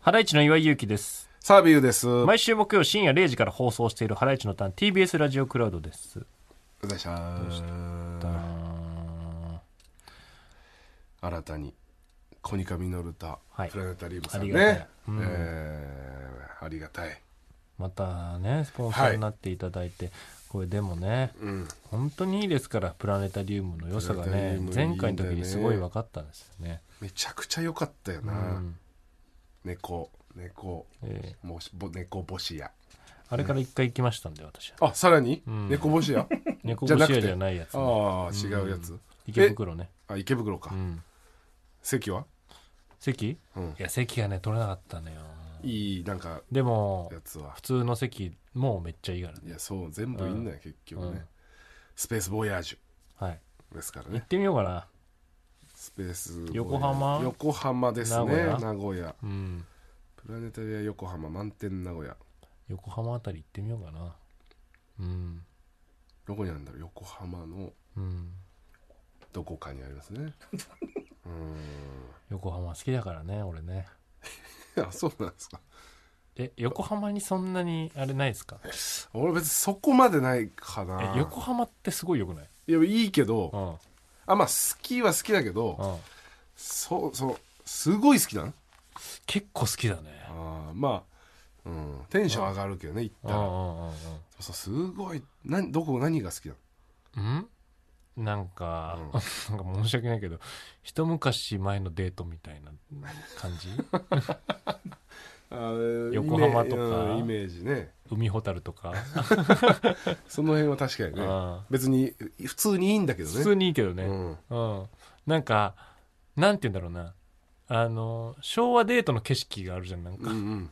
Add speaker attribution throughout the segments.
Speaker 1: ハライチの岩井勇気です。
Speaker 2: サービューです。お願
Speaker 1: 毎週木曜深夜0時から放送しているハライチのターン TBS ラジオクラウドです。
Speaker 2: いします新たに、コニカミノルタ、
Speaker 1: はい
Speaker 2: プラネタリウムさ
Speaker 1: あ
Speaker 2: ん
Speaker 1: りがた
Speaker 2: ね
Speaker 1: い。
Speaker 2: えーありがたい。
Speaker 1: またね、スポンサーになっていただいて、これでもね、
Speaker 2: うん。
Speaker 1: 本当にいいですから、プラネタリウムの良さが
Speaker 2: プラネタリ
Speaker 1: ね
Speaker 2: ウムいい、んだよ
Speaker 1: 前
Speaker 2: ね
Speaker 1: 回の時にすごい分かったんですよね。
Speaker 2: めちゃくちゃ良かったよ
Speaker 1: う
Speaker 2: な。
Speaker 1: ん
Speaker 2: 猫、猫、
Speaker 1: ええ
Speaker 2: もし、ぼ猫ボシや。
Speaker 1: あれから一回行きましたんで、私は。
Speaker 2: あ、さらに
Speaker 1: ん
Speaker 2: 猫ボシや
Speaker 1: 猫
Speaker 2: じゃ
Speaker 1: 越
Speaker 2: な
Speaker 1: し
Speaker 2: く
Speaker 1: 屋
Speaker 2: て
Speaker 1: じゃないやつね、
Speaker 2: ああ、違うやつ。
Speaker 1: 池袋ね。
Speaker 2: あ、池袋か
Speaker 1: う。ん。
Speaker 2: 席は
Speaker 1: 席、
Speaker 2: うん
Speaker 1: いや、席がね、取れなかったのよ。
Speaker 2: いい、なんか、
Speaker 1: でも、
Speaker 2: やつは
Speaker 1: 普。通の席もめっちゃいいから
Speaker 2: い
Speaker 1: ね。
Speaker 2: や、そう、全部いいんだよ、結局
Speaker 1: う
Speaker 2: ね
Speaker 1: ん。
Speaker 2: スペースボヤージ
Speaker 1: はい。
Speaker 2: ュですから
Speaker 1: 行
Speaker 2: ね
Speaker 1: っ。てみようかな。
Speaker 2: スペースボヤージュ
Speaker 1: 横浜
Speaker 2: 横浜です
Speaker 1: 名
Speaker 2: ね
Speaker 1: 古屋
Speaker 2: 名古屋
Speaker 1: うん。
Speaker 2: プラネタリア横浜満点名古屋
Speaker 1: 横浜あたり行ってみようかな。うん。
Speaker 2: どこにあるんだろう横浜の
Speaker 1: うん。
Speaker 2: どこかにあります ねう
Speaker 1: 横浜好きだからね、俺ね。
Speaker 2: ーんあそうなんですか
Speaker 1: え、横浜にそんなにあれないですか
Speaker 2: 俺別にそこまでないか
Speaker 1: え
Speaker 2: な、
Speaker 1: 横浜ってすごいよくない
Speaker 2: いやいいけど、
Speaker 1: うん。うん。
Speaker 2: あまあ好きは好きだけど、そうそうすごい好きなの
Speaker 1: 結構好きだね。
Speaker 2: あーまあ、うん、テンション上がるけどね行っ
Speaker 1: うん
Speaker 2: た
Speaker 1: う
Speaker 2: ら、
Speaker 1: んうん
Speaker 2: そうすごいなんどこ何が好きなの
Speaker 1: うん。んなんか、 なんか申し訳ないけど、一昔前のデートみたいな感 じ横浜とか
Speaker 2: うんイメージね
Speaker 1: 海ほたるとか。
Speaker 2: その辺は確かにね
Speaker 1: うん
Speaker 2: 別に普通にいいんだけどね
Speaker 1: 普通にいいけどね。
Speaker 2: うん、
Speaker 1: うん、なんかなんて言うんだろうなあの昭和デートの景色があるじゃんなん
Speaker 2: うん
Speaker 1: か、
Speaker 2: うん、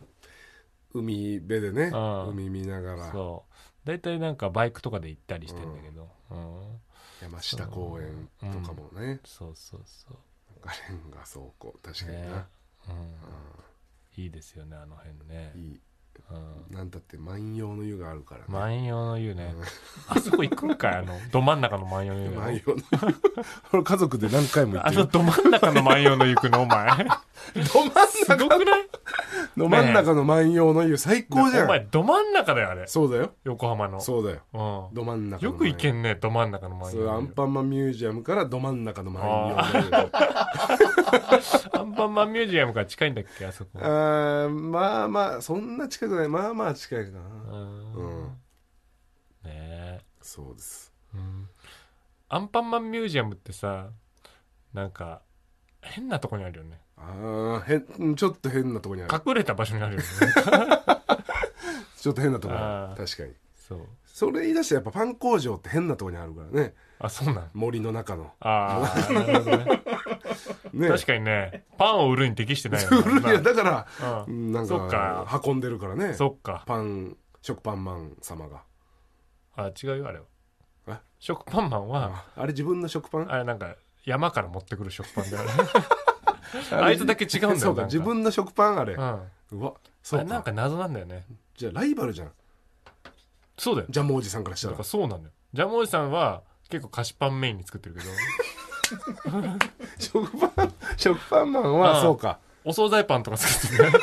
Speaker 2: 海辺でね
Speaker 1: うん
Speaker 2: 海見ながら
Speaker 1: そう大体なんかバイクとかで行ったりしてんだけど、うん
Speaker 2: 山下公園とかもね、
Speaker 1: そうそうそ
Speaker 2: ガレンガ倉庫確
Speaker 1: う
Speaker 2: かに
Speaker 1: ね
Speaker 2: な、
Speaker 1: うんいいですよねあの辺ね
Speaker 2: う、んいい
Speaker 1: うん、
Speaker 2: なんだって万葉の湯があるからね
Speaker 1: 万葉の湯ね、
Speaker 2: うん
Speaker 1: あそこ行くんかい あのど真ん中の万葉の湯
Speaker 2: 万葉の湯俺家族で何回も行っ
Speaker 1: あ
Speaker 2: てる
Speaker 1: のど真ん中の万葉の湯行くのお 前
Speaker 2: ど
Speaker 1: すご くない
Speaker 2: 真ん真ん中の万葉の湯最高じゃ
Speaker 1: お
Speaker 2: ん
Speaker 1: 前ど真ん中だよあれ
Speaker 2: そうだよ
Speaker 1: 横浜の
Speaker 2: そうだよ
Speaker 1: う、
Speaker 2: ど真ん
Speaker 1: ん、
Speaker 2: 中の
Speaker 1: よ
Speaker 2: 万
Speaker 1: く
Speaker 2: 葉
Speaker 1: 行けんねど真ん中の万葉
Speaker 2: そ
Speaker 1: の湯
Speaker 2: うアンパンマンミュージアムからど真ん中の万葉の湯
Speaker 1: アンパンマンミュージアムから近いんだっけあそこ。
Speaker 2: あーまあまあそんな近くないまあまあ近いか
Speaker 1: う
Speaker 2: な
Speaker 1: ー
Speaker 2: うんん
Speaker 1: ねえ、
Speaker 2: そうです
Speaker 1: うんアンパンマンミュージアムってさ、なんか、変なとこにあるよね。
Speaker 2: ああへんちょっと変なとこにある
Speaker 1: 隠れた場所にあるよね。
Speaker 2: ちょっと変なとこに
Speaker 1: あ
Speaker 2: あ
Speaker 1: ー
Speaker 2: る確かに
Speaker 1: そう。
Speaker 2: それ言い出してやっぱパン工場って変なとこにあるからね
Speaker 1: あ、そうなの
Speaker 2: 森の中の
Speaker 1: ああ、なるほどね。
Speaker 2: ね
Speaker 1: 確かにね、パンを売るに適して ないよね。
Speaker 2: 古いやだから
Speaker 1: あ
Speaker 2: うんなん
Speaker 1: そっか
Speaker 2: か運んでるからね
Speaker 1: そっか。
Speaker 2: パン食パンマン様が
Speaker 1: あ、違うよ、あれは
Speaker 2: え。
Speaker 1: 食パンマンは、
Speaker 2: ああれ自分の食パン
Speaker 1: あれなんか、山から持ってくる食パンだよね。あいつだけ違うんだよ。
Speaker 2: そうか
Speaker 1: なん
Speaker 2: 自分の食パンあれ
Speaker 1: うん。あ
Speaker 2: うわそ
Speaker 1: れ
Speaker 2: う
Speaker 1: なん
Speaker 2: か
Speaker 1: か謎なんだよね。
Speaker 2: じゃあライバルじゃん
Speaker 1: そうだよ。
Speaker 2: ジャムおじさんからした
Speaker 1: だ
Speaker 2: ら
Speaker 1: からそうなのよジャムおじさんは結構菓子パンメインに作ってるけど
Speaker 2: 食パン食パンマンは
Speaker 1: あー
Speaker 2: そうか
Speaker 1: お惣菜パンとか作ってるね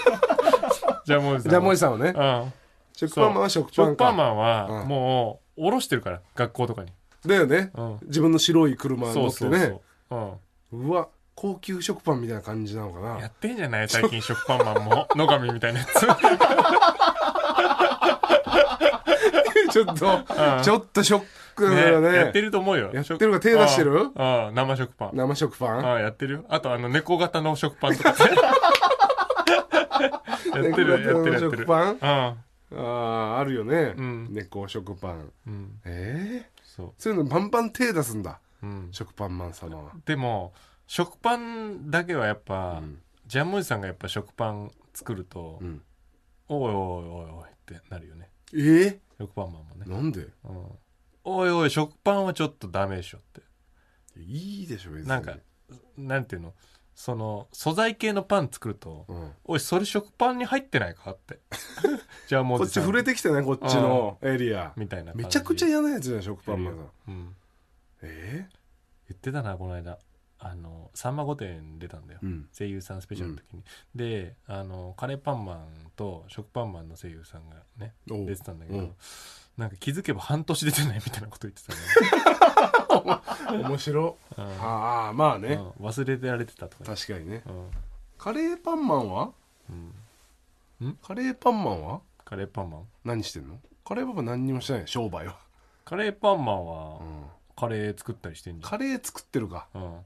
Speaker 1: ジャムおじさん
Speaker 2: ジャムおじ
Speaker 1: じ
Speaker 2: さんはね
Speaker 1: さん、うん、
Speaker 2: 食パンマンは食パ
Speaker 1: 食
Speaker 2: ン
Speaker 1: パン
Speaker 2: か
Speaker 1: マンは
Speaker 2: うん
Speaker 1: もうおろしてるから学校とかに、
Speaker 2: だよね
Speaker 1: うん、
Speaker 2: 自分の白い車
Speaker 1: そ
Speaker 2: 乗
Speaker 1: う
Speaker 2: って
Speaker 1: そうそ
Speaker 2: ね
Speaker 1: う、うん、
Speaker 2: うわ高級食パンみたいな感じなのか
Speaker 1: や
Speaker 2: な
Speaker 1: ってんじゃない最近食パンマンも 野上みたいなやつ
Speaker 2: ちょっとちょっとショックだよね
Speaker 1: やってると思うよ
Speaker 2: やってるか手出してる
Speaker 1: ああ生食パン
Speaker 2: 生食パン
Speaker 1: ああやってるよあとあの猫型の食パンとか やってるやってるやって
Speaker 2: 食
Speaker 1: る
Speaker 2: パン
Speaker 1: あ
Speaker 2: あーあるよね
Speaker 1: うん
Speaker 2: 猫食パン
Speaker 1: あうん
Speaker 2: ええ
Speaker 1: そ
Speaker 2: そういうのバンバン手出すんだ
Speaker 1: ううん
Speaker 2: 食パンマン様は
Speaker 1: でも食パンだけはやっぱ、
Speaker 2: うん
Speaker 1: ジャムおじさんがやっぱ食パン作ると、
Speaker 2: うん
Speaker 1: おいおいおいおいってなるよね
Speaker 2: え
Speaker 1: 食パンマンも
Speaker 2: え
Speaker 1: ね、
Speaker 2: なんで
Speaker 1: うん、おいおい食パンはちょっとダメでしょって
Speaker 2: いいでしょ別に
Speaker 1: なんかなんていうのその素材系のパン作ると、
Speaker 2: うん
Speaker 1: おいそれ食パンに入ってないかって ジャムお
Speaker 2: こっ
Speaker 1: じ
Speaker 2: ち
Speaker 1: さん
Speaker 2: 触れてきてねこっちのエリア
Speaker 1: みたいな感じ
Speaker 2: めちゃくちゃ嫌なやつじゃん食パンマンさん
Speaker 1: うん
Speaker 2: ええ
Speaker 1: 言ってたなこの間あの「さんま御殿」出たんだよ、
Speaker 2: うん
Speaker 1: 声優さんスペシャルの時に、であのカレーパンマンと食パンマンの声優さんがね
Speaker 2: おう
Speaker 1: 出てたんだけ
Speaker 2: う
Speaker 1: ど
Speaker 2: ん
Speaker 1: なんか気づけば半年出てないみたいなこと言ってたね
Speaker 2: 面白
Speaker 1: うん
Speaker 2: ああまあね
Speaker 1: うん忘れてられてたとか
Speaker 2: 確かにね
Speaker 1: 言って、
Speaker 2: カレーパンマンは
Speaker 1: うんうん、
Speaker 2: カレーパンマンは
Speaker 1: カレーパンマン
Speaker 2: 何してんのカレーパンマン何にもしてない商売は、
Speaker 1: カレーパンマンは
Speaker 2: うん、
Speaker 1: カレー作ったりしてんじゃん、
Speaker 2: カレー作ってるか
Speaker 1: うん、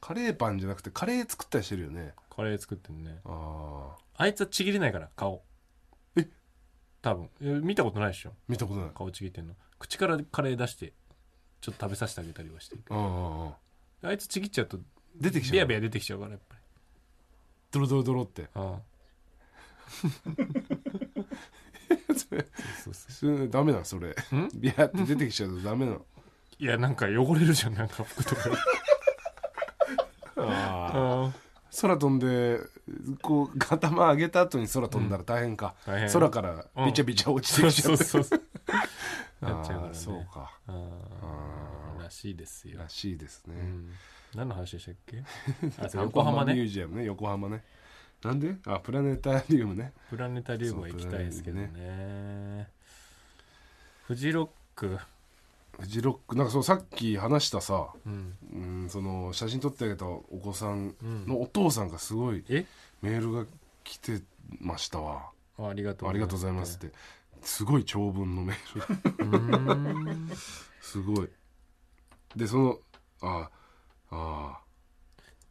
Speaker 2: カレーパンじゃなくてカレー作ったりしてるよね
Speaker 1: カレー作ってんね
Speaker 2: ああ
Speaker 1: あいつはちぎれないから顔
Speaker 2: え
Speaker 1: 多分いや見たことないでしょ
Speaker 2: 見たことない
Speaker 1: 顔ちぎってんの口からカレー出してちょっと食べさせてあげたりはしてる
Speaker 2: うんうんうん
Speaker 1: あいつちぎっちゃうと
Speaker 2: 出てきちゃう
Speaker 1: ビヤビヤ出てきちゃうからやっぱ
Speaker 2: ドロドロドロって
Speaker 1: りうん
Speaker 2: それ
Speaker 1: そうそう
Speaker 2: それダメなのそれ
Speaker 1: ん
Speaker 2: ビヤって出てきちゃうとダメなの
Speaker 1: いやなんか汚れるじゃんなんか服とか
Speaker 2: ああ
Speaker 1: うん
Speaker 2: 空飛んでこう頭上げた後に空飛んだら大変か、
Speaker 1: 大変
Speaker 2: 空からビチャビチャ落ち
Speaker 1: そ
Speaker 2: て
Speaker 1: う
Speaker 2: きち
Speaker 1: そ
Speaker 2: ゃ
Speaker 1: う
Speaker 2: う
Speaker 1: そうそうな
Speaker 2: あ
Speaker 1: っちゃうから
Speaker 2: あ
Speaker 1: ね
Speaker 2: そうか
Speaker 1: うんらしいですよ
Speaker 2: らしいです
Speaker 1: う
Speaker 2: ね、
Speaker 1: ん何の話でしたっ けあそう
Speaker 2: アン
Speaker 1: 横
Speaker 2: パンマ
Speaker 1: 浜
Speaker 2: ンミュ
Speaker 1: ね
Speaker 2: ージアムね横浜ねなんであプラネタリウムね
Speaker 1: プラネタリウムは行きたいですけど
Speaker 2: そう
Speaker 1: ねフジロック
Speaker 2: フジロックなんかそうさっき話したさ、
Speaker 1: うん
Speaker 2: うん、その写真撮ってあげたお子さん
Speaker 1: うん
Speaker 2: のお父さんがすごい
Speaker 1: え
Speaker 2: メールが来てましたわ、
Speaker 1: あありがとう
Speaker 2: ありがとうございますってすごい長文のメ ール
Speaker 1: うーん
Speaker 2: すごいでそのああ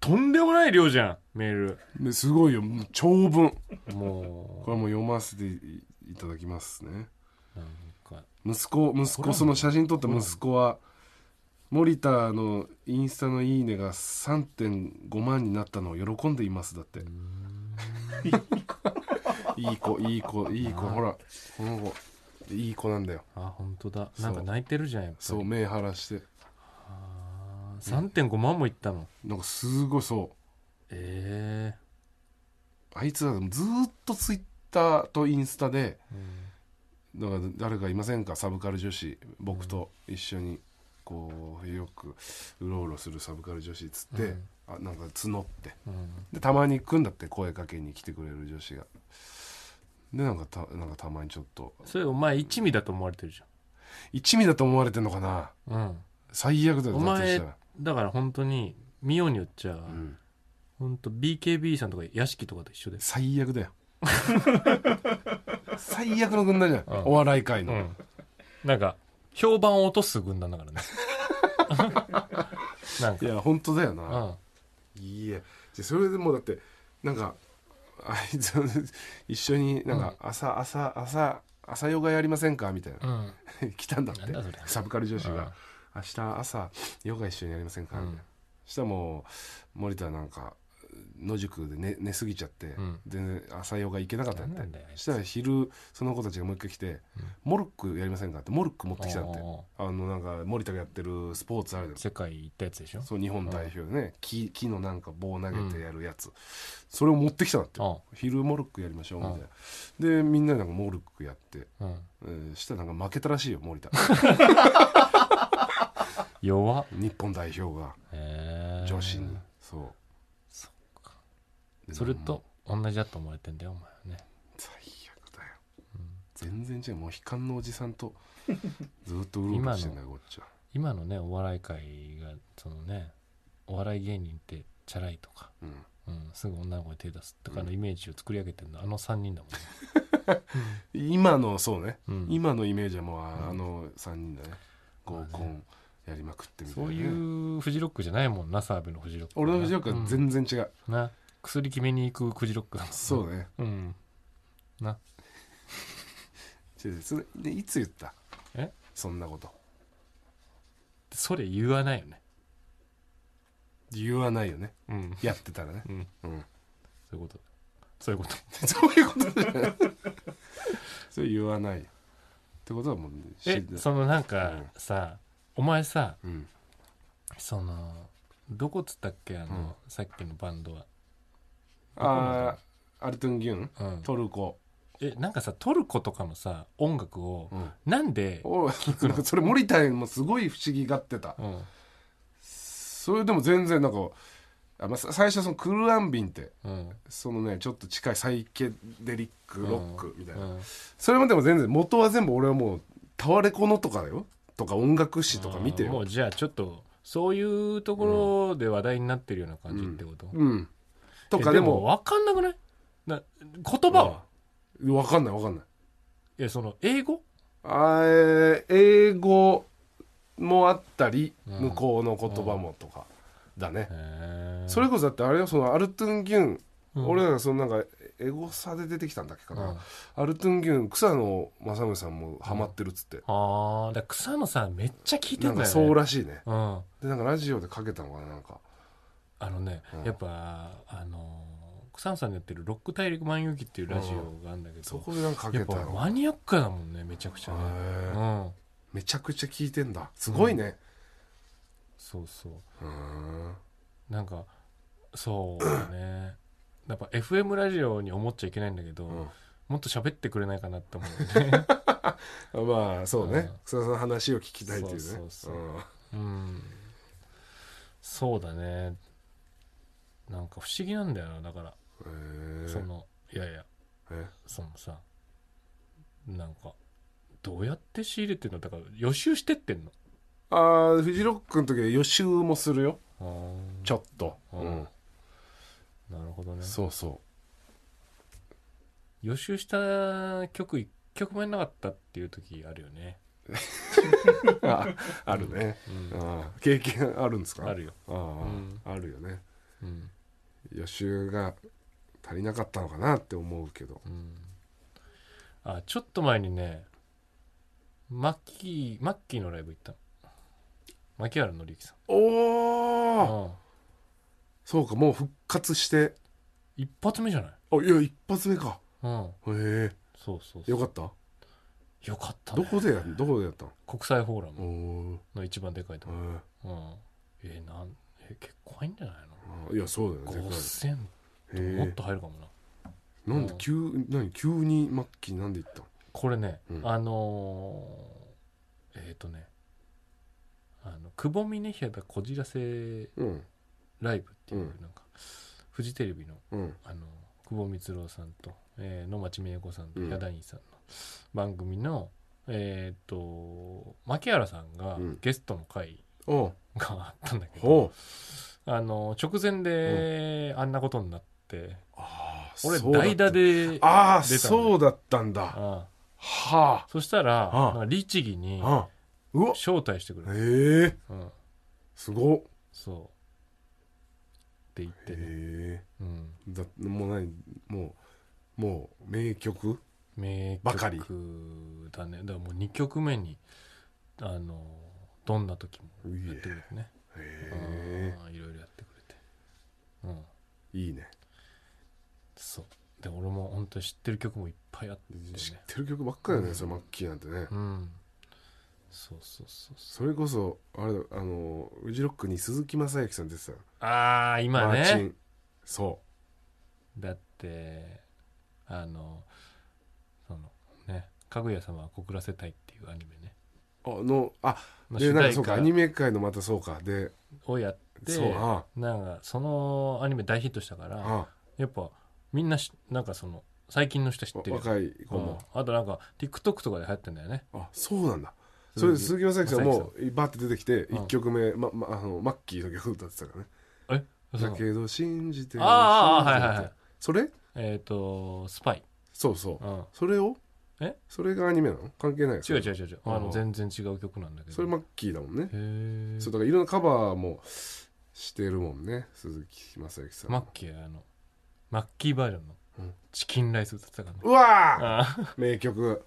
Speaker 1: とんでもない量じゃんメール
Speaker 2: ですごいよもう長文
Speaker 1: も
Speaker 2: これもう読ませていただきますね
Speaker 1: うなん か
Speaker 2: 息子息
Speaker 1: これはも
Speaker 2: 子
Speaker 1: う
Speaker 2: その写真撮った息子は森田のインスタの「いいね」が3.5万になったのを喜んでいますだっていい子いい子いい子
Speaker 1: あー
Speaker 2: ほらこの子いい子なんだよ
Speaker 1: あ本当だ
Speaker 2: そう
Speaker 1: なんか泣いてるじゃんやっぱ
Speaker 2: そう
Speaker 1: り
Speaker 2: 目晴らして
Speaker 1: あー3.5万もいったの
Speaker 2: なんかすごいそう
Speaker 1: え
Speaker 2: あいつはずーっとツイッターとインスタで
Speaker 1: えうん
Speaker 2: だから誰かいませんかサブカル女子僕と一緒にこうよくうろうろするサブカル女子っつって、
Speaker 1: うん
Speaker 2: あなんか募って
Speaker 1: うん
Speaker 2: でたまに行くんだって声かけに来てくれる女子がでなんかたなんかたまにちょっと
Speaker 1: それお前一味だと思われてるじ
Speaker 2: 一味だと思われてんのかな
Speaker 1: ゃん
Speaker 2: 最悪だよ
Speaker 1: お前
Speaker 2: だとしたら
Speaker 1: うんだから本当に見ようによっちゃ
Speaker 2: うん、
Speaker 1: 本当 BKB さんとか屋敷とかと一緒です
Speaker 2: 最悪だよ 最悪の軍団じゃん、
Speaker 1: うん
Speaker 2: お笑い界の、
Speaker 1: うんなんか評判を落とす軍団だ からねなん
Speaker 2: い
Speaker 1: か
Speaker 2: や本当だよ
Speaker 1: う
Speaker 2: な、
Speaker 1: ん
Speaker 2: いいえじゃそれでもうだってなんかあいつ 一緒になんか朝、朝朝朝ヨガやりませんかみたいな、
Speaker 1: うん
Speaker 2: 来たんだって
Speaker 1: なんだそれ
Speaker 2: サブカル女子が、
Speaker 1: うん
Speaker 2: 明日朝ヨガ一緒にやりませんかみたいな、
Speaker 1: うん
Speaker 2: そしたらもう森田なんか野宿で寝寝すぎちゃって、
Speaker 1: ん
Speaker 2: 全然朝ヨガ行けなかったんだ
Speaker 1: な
Speaker 2: っ
Speaker 1: んだ
Speaker 2: て
Speaker 1: よあいつ
Speaker 2: そしたら昼その子たちがもう一回来て、モルックやりませんかってモルック持ってきたんだって
Speaker 1: おーお
Speaker 2: あのなんか森田がやってるスポーツあるじゃん
Speaker 1: 世界行ったやつでしょ
Speaker 2: そう日本代表ね、木木のなんか棒投げてやるやつ、それを持ってきたんだって、
Speaker 1: うん
Speaker 2: 昼モルックやりましょうみたいな、でみんなでなんかモルックやって、
Speaker 1: うん
Speaker 2: えーしたらなんか負けたらしいよ 森田
Speaker 1: 弱っ
Speaker 2: 日本代表が
Speaker 1: へー
Speaker 2: 女子にそう
Speaker 1: そっか
Speaker 2: で
Speaker 1: それと同じだと思われてんだよお前はね
Speaker 2: 最悪だよ、全然違うもう悲観のおじさ んとずっとうろう
Speaker 1: 今
Speaker 2: ろ
Speaker 1: の
Speaker 2: してんだよこっちは
Speaker 1: 今のねお笑い界がそのねお笑い芸人ってチャラいとか、
Speaker 2: うん
Speaker 1: うん、すぐ女の子に手出すとかのイメージを作り上げてるの、あの3人だもんね
Speaker 2: 今のそうね、
Speaker 1: うん
Speaker 2: 今のイメージはもうああの3人だね合コンやりまくってみたい
Speaker 1: そ
Speaker 2: な
Speaker 1: う
Speaker 2: ね、
Speaker 1: いうフジロックじゃないもんな澤部のフジロックは
Speaker 2: 俺の藤岡は全然違う、
Speaker 1: うんな薬決めに行くフジロックだもん
Speaker 2: そうね
Speaker 1: うんな
Speaker 2: 違う違うそれでいつ言った
Speaker 1: え
Speaker 2: そんなこと
Speaker 1: それ言わないよね
Speaker 2: 言わないよね
Speaker 1: うん、
Speaker 2: やってたらね
Speaker 1: うん
Speaker 2: うん、
Speaker 1: そういうことそういうこと
Speaker 2: そういうことじゃない それ言わないよってことはもう知
Speaker 1: えそのなんか
Speaker 2: うん
Speaker 1: さ、お前さ
Speaker 2: うん
Speaker 1: そのどこっつったっけあの、さっきのバンドは、
Speaker 2: ああアルトゥンギュン
Speaker 1: うん、
Speaker 2: トルコ、
Speaker 1: えなんかさトルコとかのさ音楽を、
Speaker 2: うん、
Speaker 1: なんで、
Speaker 2: おそれ森田もすごい不思議がってた
Speaker 1: うん、
Speaker 2: それでも全然なんかあ、まあ、さ最初そのクルアンビンって
Speaker 1: うん
Speaker 2: そのねちょっと近いサイケデリックロックみたいな、
Speaker 1: うん
Speaker 2: それもでも全然元は全部俺はもうタワレコのとかだよとか音楽誌とか見て
Speaker 1: も
Speaker 2: よ
Speaker 1: うじゃあちょっとそういうところで話題になってるような感じってこと、
Speaker 2: うんとか
Speaker 1: え
Speaker 2: でも
Speaker 1: 分かんなくないな言葉は、
Speaker 2: わかんないわかんない
Speaker 1: いやその英語
Speaker 2: あー英語もあったり、
Speaker 1: うん
Speaker 2: 向こうの言葉もとかだね、そ
Speaker 1: そ
Speaker 2: れこそだってあれよそのアルトゥンギュン、
Speaker 1: うん
Speaker 2: 俺らがそのなんかエゴサで出てきたんだっけかな、
Speaker 1: うん
Speaker 2: アルトゥンギュン草野正宗さんもハマってるっつって、
Speaker 1: ああだから草野さんめっちゃ聞いて
Speaker 2: なんん
Speaker 1: だ
Speaker 2: か
Speaker 1: よ
Speaker 2: そう
Speaker 1: ね
Speaker 2: らしいね
Speaker 1: うんあ
Speaker 2: でなんかラジオでかけたのかななんか
Speaker 1: のね、
Speaker 2: うん
Speaker 1: やっぱあのー草野さんのやってる「ロック大陸万有記」っていうラジオがあるんだけ
Speaker 2: そ
Speaker 1: ど、
Speaker 2: こでなん
Speaker 1: や
Speaker 2: かかけ
Speaker 1: ったぱ
Speaker 2: の
Speaker 1: マニアックだもんねめちゃくちゃね
Speaker 2: へ
Speaker 1: う
Speaker 2: ー
Speaker 1: ん
Speaker 2: めちゃくちゃ聞いてんだすごいね
Speaker 1: そうそう
Speaker 2: うん
Speaker 1: なんかそうだね やっぱ FM ラジオに思っちゃいけないんだけど、
Speaker 2: うん
Speaker 1: もっと喋ってくれないかなって思うよね
Speaker 2: あまあそう
Speaker 1: う
Speaker 2: ね
Speaker 1: ん
Speaker 2: 草野さんの話を聞きたいっていうね
Speaker 1: そうそうそうんうんそうだねなんか不思議なんだよなだから、
Speaker 2: へー
Speaker 1: そのいやいや
Speaker 2: え
Speaker 1: そのさなんかどうやって仕入れてんのだから予習してってんの
Speaker 2: あーフジロックの時で予習もするよちょっと、
Speaker 1: うんなるほどね
Speaker 2: そうそ
Speaker 1: 予習した曲一曲もやんなかったっていう時あるよね、
Speaker 2: うああるね、
Speaker 1: うん
Speaker 2: あー経験あるんですか
Speaker 1: あるよ、
Speaker 2: あー、
Speaker 1: うん
Speaker 2: あるよね
Speaker 1: うん
Speaker 2: 予習が足りなかったのかなって思うけど
Speaker 1: うんあちょっと前にねマッキーマッキーのライブ行ったの牧原紀之さん
Speaker 2: おお、
Speaker 1: うん
Speaker 2: そうかもう復活して
Speaker 1: 一発目じゃない
Speaker 2: あいや一発目か
Speaker 1: うん
Speaker 2: へえ
Speaker 1: そうそうそう
Speaker 2: よかった
Speaker 1: よかったね
Speaker 2: どこでやどこでやったの
Speaker 1: 国際フォーラ
Speaker 2: お
Speaker 1: ム
Speaker 2: お
Speaker 1: の一番でかいとこ、
Speaker 2: ーへ
Speaker 1: うん、えなんえ結構入んじゃない
Speaker 2: ーいやそうだ
Speaker 1: の
Speaker 2: よね
Speaker 1: 5000
Speaker 2: へ
Speaker 1: もっ
Speaker 2: え
Speaker 1: と入るかもな
Speaker 2: なんで急何急にマッキーなんで行ったの
Speaker 1: これね、
Speaker 2: うん
Speaker 1: あのーえっ、とねあの久保峰平田こじらせ
Speaker 2: うん
Speaker 1: ライブっていう、
Speaker 2: うん
Speaker 1: なんかフジテレビの
Speaker 2: うん
Speaker 1: あの久保光郎さんと、えー野町美恵子さんと
Speaker 2: うん
Speaker 1: ヒャダインさんの番組の、えっ、と牧原さんが
Speaker 2: うん
Speaker 1: ゲストの回
Speaker 2: おう
Speaker 1: があったんだけど、
Speaker 2: ほう
Speaker 1: あの直前であんなことになって、
Speaker 2: あー
Speaker 1: 俺
Speaker 2: そうだった
Speaker 1: 代打で出た
Speaker 2: ああ
Speaker 1: の
Speaker 2: そうだったんだ
Speaker 1: ああ
Speaker 2: は
Speaker 1: そしたら
Speaker 2: ああ
Speaker 1: なんか律儀に
Speaker 2: あうんうわ
Speaker 1: 招待してくれ
Speaker 2: ええ
Speaker 1: る、うん、
Speaker 2: すごっ
Speaker 1: そうって言ってね、
Speaker 2: へえ
Speaker 1: うん、
Speaker 2: だもう何もうもう名曲
Speaker 1: 名
Speaker 2: ばかり
Speaker 1: 曲だねだからもう2曲目にあのどんな時もやってくれてね
Speaker 2: へ
Speaker 1: うんいろいろやってくれてうん
Speaker 2: えいいね
Speaker 1: そうで俺も本当に知ってる曲もいっぱいあって
Speaker 2: 知っ
Speaker 1: ね
Speaker 2: てる曲ばっかりだね、
Speaker 1: うん
Speaker 2: それマッキーなんてね、
Speaker 1: うんそうそうそうそ
Speaker 2: それこそあれだあのフジロックに鈴木雅之さん出てたよ
Speaker 1: うああ今
Speaker 2: マーチ
Speaker 1: ね
Speaker 2: ンそ
Speaker 1: だってあのそのね「かぐや様は告らせたい」っていうアニメね
Speaker 2: うあのあ
Speaker 1: の
Speaker 2: で
Speaker 1: 主
Speaker 2: なんか
Speaker 1: 題
Speaker 2: そうかアニ
Speaker 1: 歌
Speaker 2: メ界のまたそうかで
Speaker 1: をやって
Speaker 2: そうあ
Speaker 1: なんかそのアニメ大ヒットしたか
Speaker 2: あ
Speaker 1: ら
Speaker 2: あ
Speaker 1: やっぱみんなしなんかその最近の人知ってるよ
Speaker 2: 若い子
Speaker 1: うん
Speaker 2: も、
Speaker 1: あとなんか TikTok とかで流行ってんだよね
Speaker 2: あそうなんだそれで鈴木雅之さんもバーって出てきて
Speaker 1: うん
Speaker 2: 1曲目、まま、あのマッキーの曲歌ってたからね
Speaker 1: そう
Speaker 2: だけど信じて
Speaker 1: ああああ
Speaker 2: 信じて
Speaker 1: はいはいはい
Speaker 2: それ
Speaker 1: えっ、とスパイ、
Speaker 2: そうそう
Speaker 1: うん、
Speaker 2: それを
Speaker 1: え
Speaker 2: それがアニメなの関係ないよ
Speaker 1: 違う違
Speaker 2: う
Speaker 1: う違う違う
Speaker 2: うん
Speaker 1: あの全然違う曲なんだけど
Speaker 2: それマッキーだもんね
Speaker 1: へえ
Speaker 2: そうだからいろんなカバーもしてるもんね鈴木雅之さん
Speaker 1: マッキーあのマッキーバージョンの
Speaker 2: うん
Speaker 1: チキンライス歌ってたからね
Speaker 2: うわ
Speaker 1: ああ
Speaker 2: ー名曲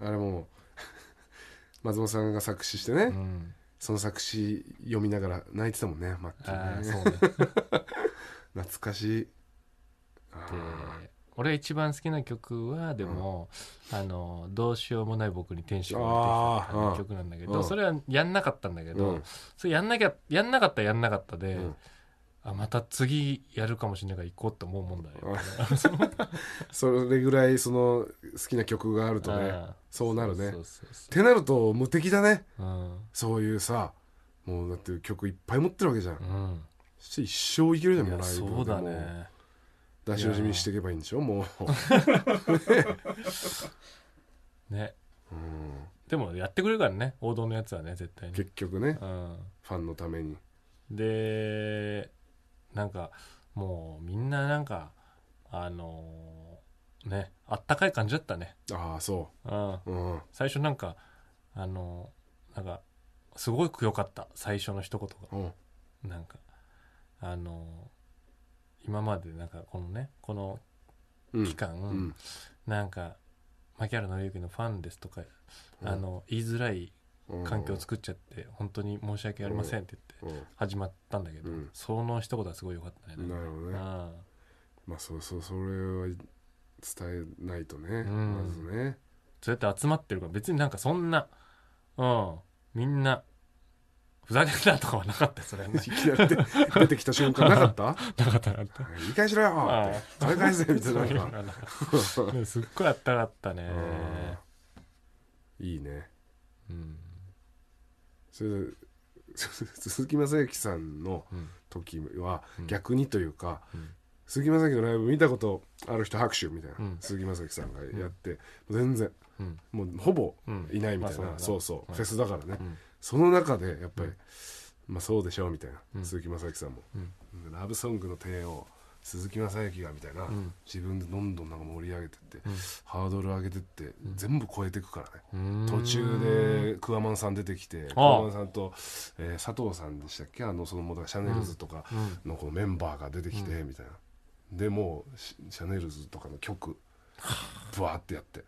Speaker 2: あれもう 松本さんが作詞してね、
Speaker 1: うん
Speaker 2: その作詞読みながら泣いてたもんねマッキ
Speaker 1: ああ
Speaker 2: ー ね
Speaker 1: そうね
Speaker 2: 懐かしいあ
Speaker 1: で
Speaker 2: ー
Speaker 1: 俺一番好きな曲はでも、あのどうしようもない僕に天使が降りてきた
Speaker 2: あー
Speaker 1: あ
Speaker 2: う
Speaker 1: の
Speaker 2: ん
Speaker 1: 曲なんだけ
Speaker 2: う
Speaker 1: ど
Speaker 2: ん
Speaker 1: それはやんなかったんだけど、
Speaker 2: うん
Speaker 1: それやんなきゃやんなかったらやんなかったで、
Speaker 2: うん
Speaker 1: あまた次やるかもしれないから行こうって思うもんだよ、
Speaker 2: それぐらいその好きな曲があると
Speaker 1: あ
Speaker 2: ね
Speaker 1: ー
Speaker 2: そうなるね
Speaker 1: そうそう
Speaker 2: ってなると無敵だね
Speaker 1: そううん
Speaker 2: そういうさもうだって曲いっぱい持ってるわけじゃん、
Speaker 1: うん
Speaker 2: そして一生いけるじゃん
Speaker 1: い
Speaker 2: もう
Speaker 1: や
Speaker 2: ライブでも
Speaker 1: そうだね
Speaker 2: 出し惜しみしていけばいいんでしょもう、
Speaker 1: ね
Speaker 2: うん
Speaker 1: でもやってくれるからね王道のやつはね絶対に、
Speaker 2: 結局ね
Speaker 1: うん、
Speaker 2: ファンのために
Speaker 1: でなんかもうみんななんかあのーねあったかい感じだったね、
Speaker 2: ああそ
Speaker 1: うん、
Speaker 2: ううん
Speaker 1: 最初なんかあのーなんかすごく良かった最初の一言が
Speaker 2: うん
Speaker 1: なんかあのー今までなんかこのねこの
Speaker 2: うん
Speaker 1: 期間、
Speaker 2: うん
Speaker 1: なんか槙原紀之のファンですとか、
Speaker 2: うん
Speaker 1: あの言いづらい
Speaker 2: うん
Speaker 1: 環境を作っちゃって本当に申し訳ありませんって言って
Speaker 2: うん
Speaker 1: 始まったんだけど、
Speaker 2: うん
Speaker 1: その一言はすごい良かったね
Speaker 2: なるほどね
Speaker 1: あ
Speaker 2: まあそうそうそれは伝えないとね、
Speaker 1: ん
Speaker 2: まずね
Speaker 1: そうやって集まってるから別になんかそんなうんみんなふざけんなとかはなかったよそ れはね
Speaker 2: いきなり出 てきた瞬間なかった
Speaker 1: なかったなかった
Speaker 2: 言い返しろよ
Speaker 1: あ
Speaker 2: って それ返せみたいななんか
Speaker 1: そういうのはなかったすっごいあったかったね
Speaker 2: いいね
Speaker 1: うん、
Speaker 2: それで 鈴木雅之さんの
Speaker 1: うん
Speaker 2: 時は
Speaker 1: うん
Speaker 2: 逆にというか、
Speaker 1: うん
Speaker 2: 鈴木雅之のライブ見たことある人拍手みたいな、
Speaker 1: うん
Speaker 2: 鈴木雅之さんがやって、全然
Speaker 1: うん
Speaker 2: もうほぼ
Speaker 1: うん
Speaker 2: いないみたいな、
Speaker 1: まあ
Speaker 2: そう
Speaker 1: そうだなう
Speaker 2: そう、
Speaker 1: ん
Speaker 2: フェスだからね、
Speaker 1: うん
Speaker 2: その中でやっぱり、
Speaker 1: うん
Speaker 2: まあそうでしょうみたいな、
Speaker 1: うん
Speaker 2: 鈴木雅之さんも、
Speaker 1: うん
Speaker 2: ラブソングの帝王鈴木雅之がみたいな、
Speaker 1: うん
Speaker 2: 自分でどんどんなんか盛り上げてって、
Speaker 1: うん
Speaker 2: ハードル上げてって、全部超えていくからね
Speaker 1: うん
Speaker 2: 途中でクワマンさん出てきてクワマンさんと、えー佐藤さんでしたっけあのそのもうだからシャネルズとか
Speaker 1: うん
Speaker 2: のこのメンバーが出てきて、みたいなでもうシシャネルズとかの曲ブワーってやって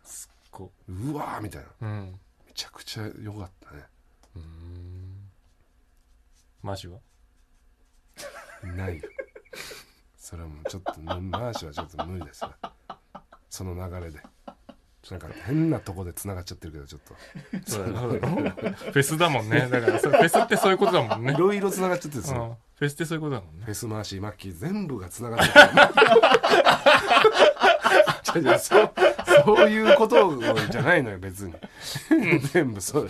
Speaker 1: こ
Speaker 2: うわーみたいな
Speaker 1: ううん
Speaker 2: めちゃくちゃ良かったね
Speaker 1: うんマジはい
Speaker 2: ないよそれはもうちょっとマーシはちょっと無理ですよその流れでなんか変なとこでつながっちゃってるけどちょっと
Speaker 1: そうだよね フェスだもんねだからそれフェスってそういうことだもんね
Speaker 2: いろいろつながっちゃってるんですよ、
Speaker 1: うんフェスってそういうことだもんね
Speaker 2: フェスマーシーマッキー全部がつながってる違う違うそうそういうことじゃないのよ別に全部そう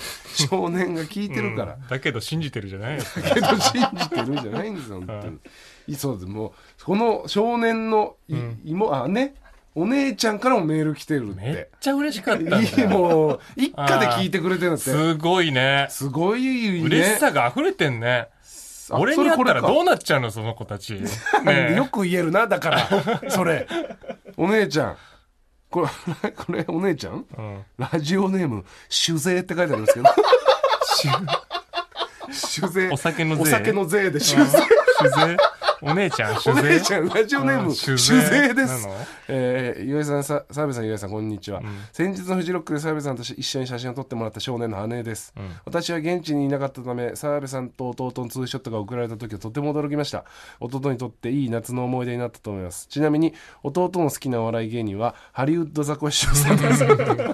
Speaker 2: 少年が聞いてるから、
Speaker 1: うんだけど信じてるじゃないですか
Speaker 2: けど信じてるんじゃないんですよ本当に、い、そうですもうこの少年のい、妹あねお姉ちゃんからもメール来てるっ
Speaker 1: めってちゃ嬉しかったんだ
Speaker 2: いいもう一家で聞いてくれてるんだって
Speaker 1: すごいね
Speaker 2: すごいね
Speaker 1: 嬉しさが溢れてんね
Speaker 2: あ
Speaker 1: 俺に会ったら
Speaker 2: それこ
Speaker 1: どうなっちゃうのその子たちね
Speaker 2: れかよく言えるなだからそれお姉ちゃんこれ これお姉ちゃん
Speaker 1: うん
Speaker 2: ラジオネーム酒税って書いてありますけど酒税
Speaker 1: お酒の税
Speaker 2: お酒の税で酒税
Speaker 1: 酒税お姉ちゃん
Speaker 2: お
Speaker 1: 酒
Speaker 2: 姉
Speaker 1: 税
Speaker 2: ちゃん、ラジオネー
Speaker 1: う
Speaker 2: ム、
Speaker 1: ん
Speaker 2: 酒
Speaker 1: 酒税
Speaker 2: 税で
Speaker 1: な
Speaker 2: す
Speaker 1: の。
Speaker 2: えー、岩井さん、さ澤部さん、岩井さん、こんにちは。先日のフジロックで澤部さんと一緒に写真を撮ってもらった少年の姉です。私は現地にいなかったため、澤部さんと弟のツーショットが送られた時はとても驚きました。弟にとっていい夏の思い出になったと思います。ちなみに、弟の好きなお笑い芸人は、ハリウッドザコシショウさんです。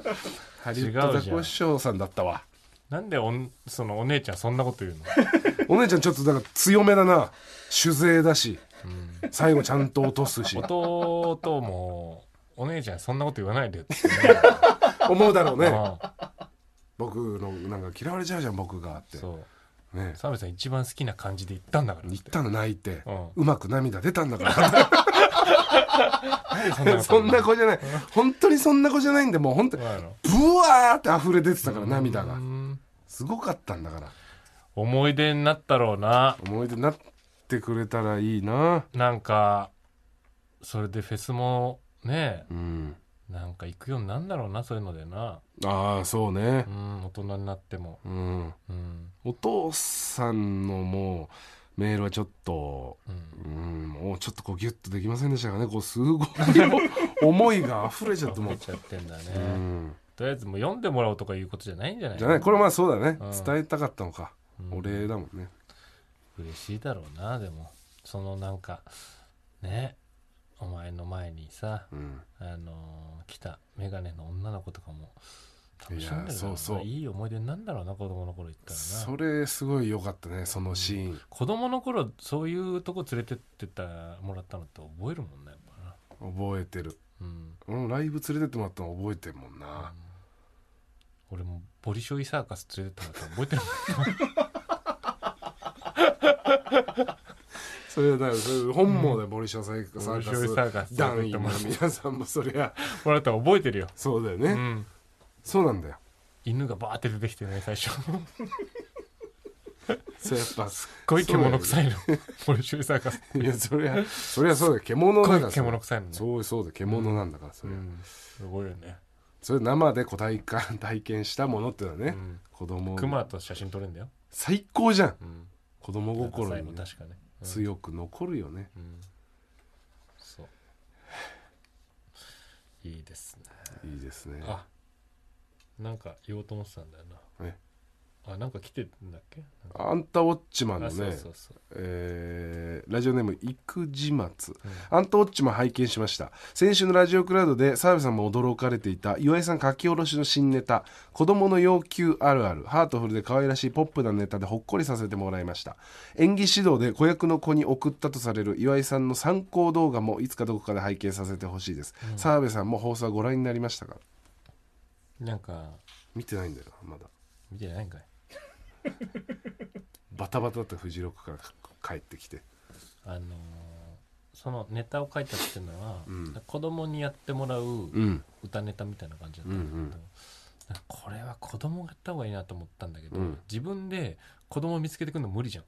Speaker 2: ハリウッドザコシショウさんだったわ。
Speaker 1: なんでおんそのお姉ちゃんそんなこと言うの
Speaker 2: お姉ちゃん、ちょっとだから強めだな。酒税だし、最後ちゃんと落とすし。
Speaker 1: 弟もお姉ちゃんそんなこと言わないでよって
Speaker 2: 思うだろうね。
Speaker 1: あ
Speaker 2: 僕のなんか嫌われちゃうじゃん僕がって
Speaker 1: そう
Speaker 2: ね
Speaker 1: 澤部さん一番好きな感じで言ったんだから
Speaker 2: 言ったの泣いて、
Speaker 1: うん
Speaker 2: うまく涙出たんだか
Speaker 1: そんな
Speaker 2: らそんな
Speaker 1: こ
Speaker 2: 子じゃない本当にそんな子じゃないんでもう本当
Speaker 1: と
Speaker 2: に
Speaker 1: ないの
Speaker 2: ブワーって溢れ出てたから涙が
Speaker 1: うん
Speaker 2: すごかったんだから
Speaker 1: 思い出になったろうな
Speaker 2: 思い出になってくれたらいいな
Speaker 1: なんかそれでフェスもね
Speaker 2: うん
Speaker 1: なんか行くようになんだろうなそういうのでな
Speaker 2: ああそうね
Speaker 1: うん大人になっても
Speaker 2: うん
Speaker 1: うん
Speaker 2: お父さんのもうメールはちょっと
Speaker 1: うん
Speaker 2: うんもうちょっとこうギュッとできませんでしたからねこうすごい思いが溢れちゃっても
Speaker 1: 溢れ
Speaker 2: う
Speaker 1: ちゃってんだね、
Speaker 2: うん
Speaker 1: とりあえずもう読んでもらおうとかいうことじゃないんじゃない
Speaker 2: じゃないこれまあそうだね、
Speaker 1: うん
Speaker 2: 伝えたかったのか、
Speaker 1: うん
Speaker 2: お礼だもんね
Speaker 1: 嬉しいだろうなでもそのなんかねお前の前にさ
Speaker 2: うん
Speaker 1: あのー来た眼鏡の女の子とかも楽しんでるだろうない
Speaker 2: やそうそう
Speaker 1: いい思い出になんだろうな子供の頃行ったら
Speaker 2: そ
Speaker 1: な
Speaker 2: れすごい良かったねそのシーン、
Speaker 1: 子供の頃そういうとこ連れてってたもらったのって覚えるもんねやっぱな
Speaker 2: 覚えてる
Speaker 1: うん、
Speaker 2: うんライブ連れてってもらったの覚えてるもんな、
Speaker 1: 俺もボリショイサーカス連れてってもらったの覚えてるもん
Speaker 2: それはだからそれ本望だよ、ボリショイサイカ サー
Speaker 1: ボリショイサーカ
Speaker 2: カ
Speaker 1: ス
Speaker 2: ス団員の皆さんもそりゃ
Speaker 1: 俺だったら覚えてるよ、
Speaker 2: そうだよね、
Speaker 1: うん、
Speaker 2: そうなんだよ
Speaker 1: 犬がバーって出てきてね 最初すっ
Speaker 2: そうやっぱ
Speaker 1: ごい獣臭いのボリショイサーカスす
Speaker 2: いやそりゃそりゃそうだよ獣
Speaker 1: っ
Speaker 2: だか
Speaker 1: ご
Speaker 2: ら
Speaker 1: い獣臭いのね
Speaker 2: そうそうだよ獣なんだからそれ,、
Speaker 1: うんすごいよね、
Speaker 2: それ生でこう体感体験したものってのはね、
Speaker 1: うん、
Speaker 2: 子供
Speaker 1: クマと写真撮れるんだよ、
Speaker 2: 最高じゃん
Speaker 1: うん、
Speaker 2: 子供心
Speaker 1: 7歳も
Speaker 2: にね、
Speaker 1: 確かね、うん
Speaker 2: 強く残るよね
Speaker 1: うん、そういいですね
Speaker 2: いいですね
Speaker 1: あなんか言おうと思ってたんだよな
Speaker 2: え
Speaker 1: あなんか来てんだっけ
Speaker 2: あんたウォッチマンの
Speaker 1: あそう
Speaker 2: ね
Speaker 1: そうそう
Speaker 2: えーラジオネーム育児松
Speaker 1: うん
Speaker 2: アントウォッチも拝見しました先週のラジオクラウドで澤部さんも驚かれていた岩井さん書き下ろしの新ネタ「子供の要求あるある」ハートフルで可愛らしいポップなネタでほっこりさせてもらいました演技指導で子役の子に送ったとされる岩井さんの参考動画もいつかどこかで拝見させてほしいです
Speaker 1: うん
Speaker 2: 澤、部さんも放送はご覧になりましたか
Speaker 1: なんか
Speaker 2: 見てないんだよまだ
Speaker 1: 見てないんかい
Speaker 2: バタバタだってフジロックから帰ってきて
Speaker 1: あのーそのネタを書いたっていうのは、
Speaker 2: うん
Speaker 1: 子供にやってもらう
Speaker 2: うん
Speaker 1: 歌ネタみたいな感じだったんだけど、
Speaker 2: うんうん
Speaker 1: なんかこれは子供がやった方がいいなと思ったんだけど、
Speaker 2: うん
Speaker 1: 自分で子供見つけてくるの無理じゃ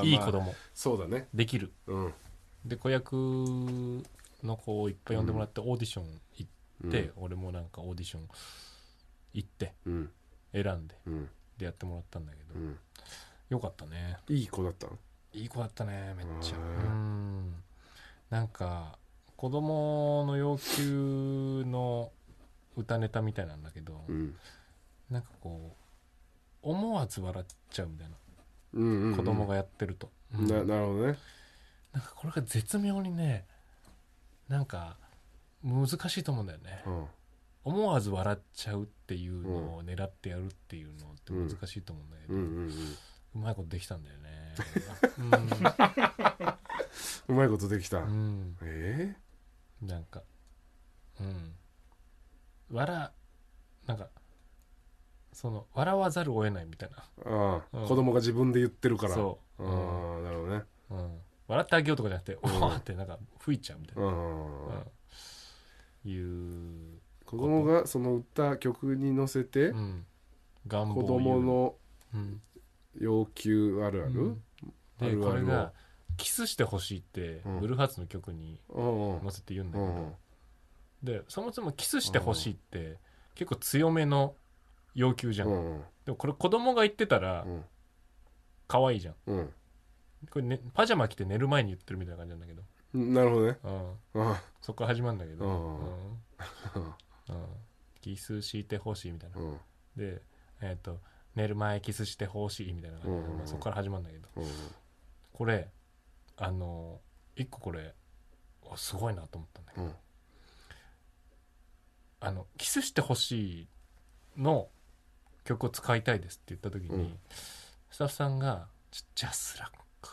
Speaker 1: ん、いい子供
Speaker 2: そうだね
Speaker 1: できる
Speaker 2: うん
Speaker 1: で子役の子をいっぱい呼んでもらってオーディション行って、俺もなんかオーディション行って
Speaker 2: うん
Speaker 1: 選んで
Speaker 2: うん
Speaker 1: でやってもらったんだけど、
Speaker 2: うん
Speaker 1: よかったね
Speaker 2: いい子だったの
Speaker 1: いい子だったねめっちゃ
Speaker 2: へ
Speaker 1: う
Speaker 2: え
Speaker 1: んなんか子供の要求の歌ネタみたいなんだけど、
Speaker 2: うん
Speaker 1: なんかこう思わず笑っちゃうみたい
Speaker 2: うんうんうん
Speaker 1: な子供がやってると、うん
Speaker 2: ななるほどね
Speaker 1: なんかこれが絶妙にねなんか難しいと思うんだよね、
Speaker 2: うん
Speaker 1: 思わず笑っちゃうっていうのを狙ってやるっていうのって難しいと思うんだけど、
Speaker 2: う
Speaker 1: うん
Speaker 2: うんうん
Speaker 1: まいことできたんだよね
Speaker 2: うまいことできた、
Speaker 1: うん、うん
Speaker 2: え
Speaker 1: なんかうん笑なんかその笑わざるを得ないみたいな
Speaker 2: えああ、
Speaker 1: うん
Speaker 2: 子供が自分で言ってるから
Speaker 1: そ
Speaker 2: ああなるほどね
Speaker 1: う、うん、笑ってあげようとかじゃなくて「お
Speaker 2: ん
Speaker 1: ーってなんか吹いちゃうみたいうな、
Speaker 2: ん
Speaker 1: うんいう、
Speaker 2: 子供がその歌曲に乗せて、
Speaker 1: うん、願望
Speaker 2: 子
Speaker 1: を
Speaker 2: 供の
Speaker 1: 言う、うん
Speaker 2: 要求あるある、
Speaker 1: う
Speaker 2: うんん、
Speaker 1: で
Speaker 2: あるあるを
Speaker 1: これが「キスしてほしい」って、
Speaker 2: うん
Speaker 1: ブルーハーツの曲に
Speaker 2: うん
Speaker 1: 載せて言うんだ
Speaker 2: う
Speaker 1: けど、
Speaker 2: ん
Speaker 1: でそもそも「キスしてほしい」って結構強めの要求じゃん、
Speaker 2: うん
Speaker 1: でもこれ子供が言ってたら
Speaker 2: うん
Speaker 1: 可愛いじゃん
Speaker 2: うん
Speaker 1: これ、ね、パジャマ着て寝る前に言ってるみたいな感じなんだけど、
Speaker 2: うんなるほどね
Speaker 1: うん、
Speaker 2: うん
Speaker 1: そこから始まるんだけど、
Speaker 2: うん
Speaker 1: うんキスしてほしいみたいな、
Speaker 2: うん
Speaker 1: でえっ、と寝る前キスしてほしいみたいな感じで、
Speaker 2: うん
Speaker 1: まあ、そこから始まるんだけど
Speaker 2: うん
Speaker 1: これあの一個これあすごいなと思ったんだけど
Speaker 2: うん
Speaker 1: あの「キスしてほしい」の曲を使いたいですって言った時に、
Speaker 2: うん
Speaker 1: スタッフさんが「ちょジャスラック」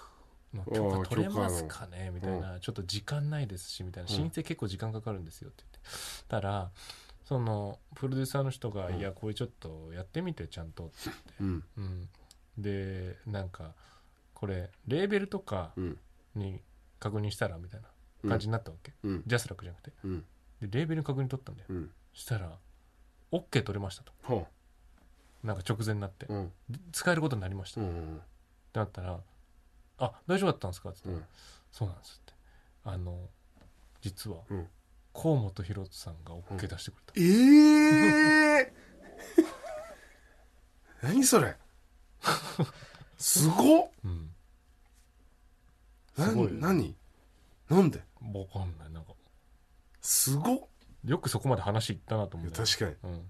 Speaker 1: の許
Speaker 2: あ
Speaker 1: 可
Speaker 2: あ
Speaker 1: 取れますかねみたいな、ちょっと時間ないですしみたいな
Speaker 2: うん
Speaker 1: 申請結構時間かかるんですよって言ってたらそのプロデューサーの人が「
Speaker 2: うん
Speaker 1: いやこれちょっとやってみてちゃんと」って、
Speaker 2: うん
Speaker 1: うん、でなんかこれレーベルとか
Speaker 2: うん
Speaker 1: に確認したらみたいな感じになったわけ、
Speaker 2: うん
Speaker 1: ジャスラックじゃなくて
Speaker 2: うん
Speaker 1: でレーベルに確認取ったんだよ
Speaker 2: うん
Speaker 1: したら OK 取れましたと
Speaker 2: ほ
Speaker 1: なんか直前になって
Speaker 2: ううん
Speaker 1: で使えることになりました
Speaker 2: う
Speaker 1: って
Speaker 2: ん
Speaker 1: なったら「あ大丈夫だったんですか?」って
Speaker 2: う
Speaker 1: 言っ
Speaker 2: ん
Speaker 1: たら「そうなんです」ってあの実は
Speaker 2: うん
Speaker 1: 河本ロ人さんが OK 出してくれた、
Speaker 2: ええ 何それすごっ
Speaker 1: うん
Speaker 2: な
Speaker 1: すごいよね
Speaker 2: 何なんで
Speaker 1: わかんないなんか
Speaker 2: すごっ
Speaker 1: よくそこまで話いったなと
Speaker 2: い
Speaker 1: 思っ
Speaker 2: や
Speaker 1: て
Speaker 2: 確かに
Speaker 1: うん、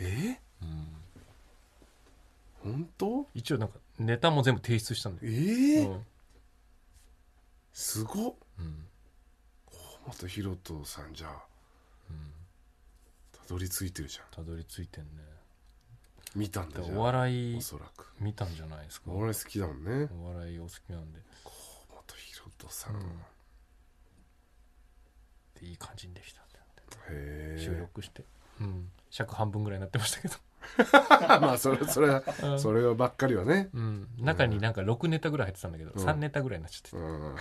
Speaker 2: え
Speaker 1: うん、
Speaker 2: 本当
Speaker 1: 一応なんかネタも全部提出したんだよ、
Speaker 2: えー
Speaker 1: うん
Speaker 2: すごっ
Speaker 1: うん
Speaker 2: 小本ひろとさんじゃあ
Speaker 1: うん、
Speaker 2: たどり着いてるじゃん
Speaker 1: たどり着いてんね
Speaker 2: 見たんだ
Speaker 1: で
Speaker 2: じゃ
Speaker 1: お
Speaker 2: ん
Speaker 1: 笑
Speaker 2: お
Speaker 1: い
Speaker 2: そらく
Speaker 1: 見たんじゃないですか
Speaker 2: お
Speaker 1: お
Speaker 2: 笑い好きだもんね
Speaker 1: 笑いお好きなんで
Speaker 2: 小本ひろとさん、
Speaker 1: うん
Speaker 2: へ
Speaker 1: でいい感じにできたんだよ
Speaker 2: え
Speaker 1: 収録して、うん、尺半分ぐらいになってましたけど
Speaker 2: まあそれそれ
Speaker 1: うん
Speaker 2: そればっかりはね
Speaker 1: うん、中になんか6ネタぐらい入ってたんだけど、
Speaker 2: うん
Speaker 1: 3ネタぐらいになっちゃって
Speaker 2: うん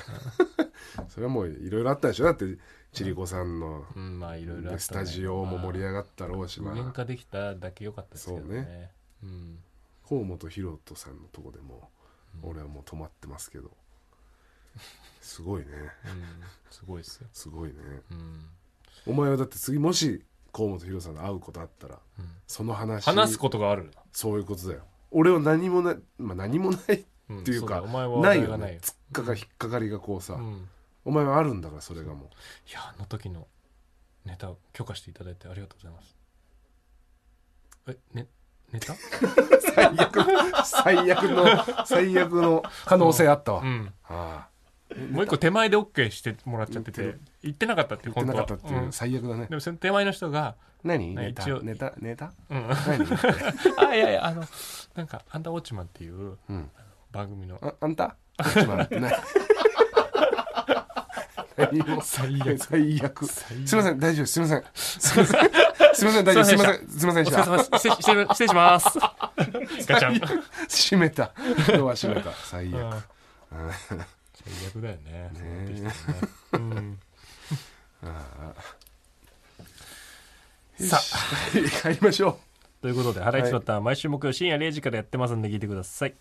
Speaker 2: それはもういろいろあったでしょだってちりこさんの
Speaker 1: うんまあいろいろあったね、
Speaker 2: でスタジオも盛り上がったろうし
Speaker 1: まあ無限
Speaker 2: まあ
Speaker 1: 化できただけ良かったですけどね
Speaker 2: そうね
Speaker 1: うん、
Speaker 2: 河本大翔さんのとこでも
Speaker 1: うん
Speaker 2: 俺はもう止まってますけどすごいね
Speaker 1: うんすごいですよ、
Speaker 2: すごいね
Speaker 1: うん
Speaker 2: お前はだって次もし河本大翔さんと会うことあったら
Speaker 1: うん
Speaker 2: その話
Speaker 1: 話すことがある
Speaker 2: そういうことだよ俺は何もない、まあ、何もない
Speaker 1: な
Speaker 2: っていう
Speaker 1: ん
Speaker 2: か
Speaker 1: そだお前は
Speaker 2: な
Speaker 1: 話
Speaker 2: い
Speaker 1: 題
Speaker 2: よ
Speaker 1: が
Speaker 2: ねつっかか引っかかりがこうさ、
Speaker 1: うん、い
Speaker 2: お前はあるんだからそれがもう
Speaker 1: やあの時のネタを許可していただいてありがとうございますえねネタ
Speaker 2: 最悪最悪の最悪の可能性あったわ、
Speaker 1: うん
Speaker 2: ああ
Speaker 1: もう一個手前で OK してもらっちゃって
Speaker 2: 言って
Speaker 1: 言ってなかったって
Speaker 2: 言って
Speaker 1: 本
Speaker 2: な
Speaker 1: 当
Speaker 2: かっ
Speaker 1: は
Speaker 2: たっていう、
Speaker 1: うんで
Speaker 2: 最悪だね
Speaker 1: もその手前の人が
Speaker 2: 何
Speaker 1: ね
Speaker 2: ネタ
Speaker 1: 一応
Speaker 2: ネタネタ
Speaker 1: 「うん
Speaker 2: 何、
Speaker 1: あいやいやあのなんかアンダーウォッチマンっていう
Speaker 2: うん、
Speaker 1: 番組の
Speaker 2: ああんた一 番ない何も
Speaker 1: 最悪
Speaker 2: 最悪
Speaker 1: 最悪
Speaker 2: すいません大丈夫ですすいませんすい ませんすいません大丈夫ですすいませんすいません
Speaker 1: お
Speaker 2: で
Speaker 1: 疲れ
Speaker 2: した
Speaker 1: 様です失礼失礼失礼します ガチャン
Speaker 2: 閉めた今日は閉めた最
Speaker 1: うん
Speaker 2: 悪
Speaker 1: 最悪だよねそうなってき
Speaker 2: ね
Speaker 1: たよねうんさ
Speaker 2: あ帰りましょう
Speaker 1: ということで「ハライチのターン」毎週木曜深夜0時からやってますんで聞いてください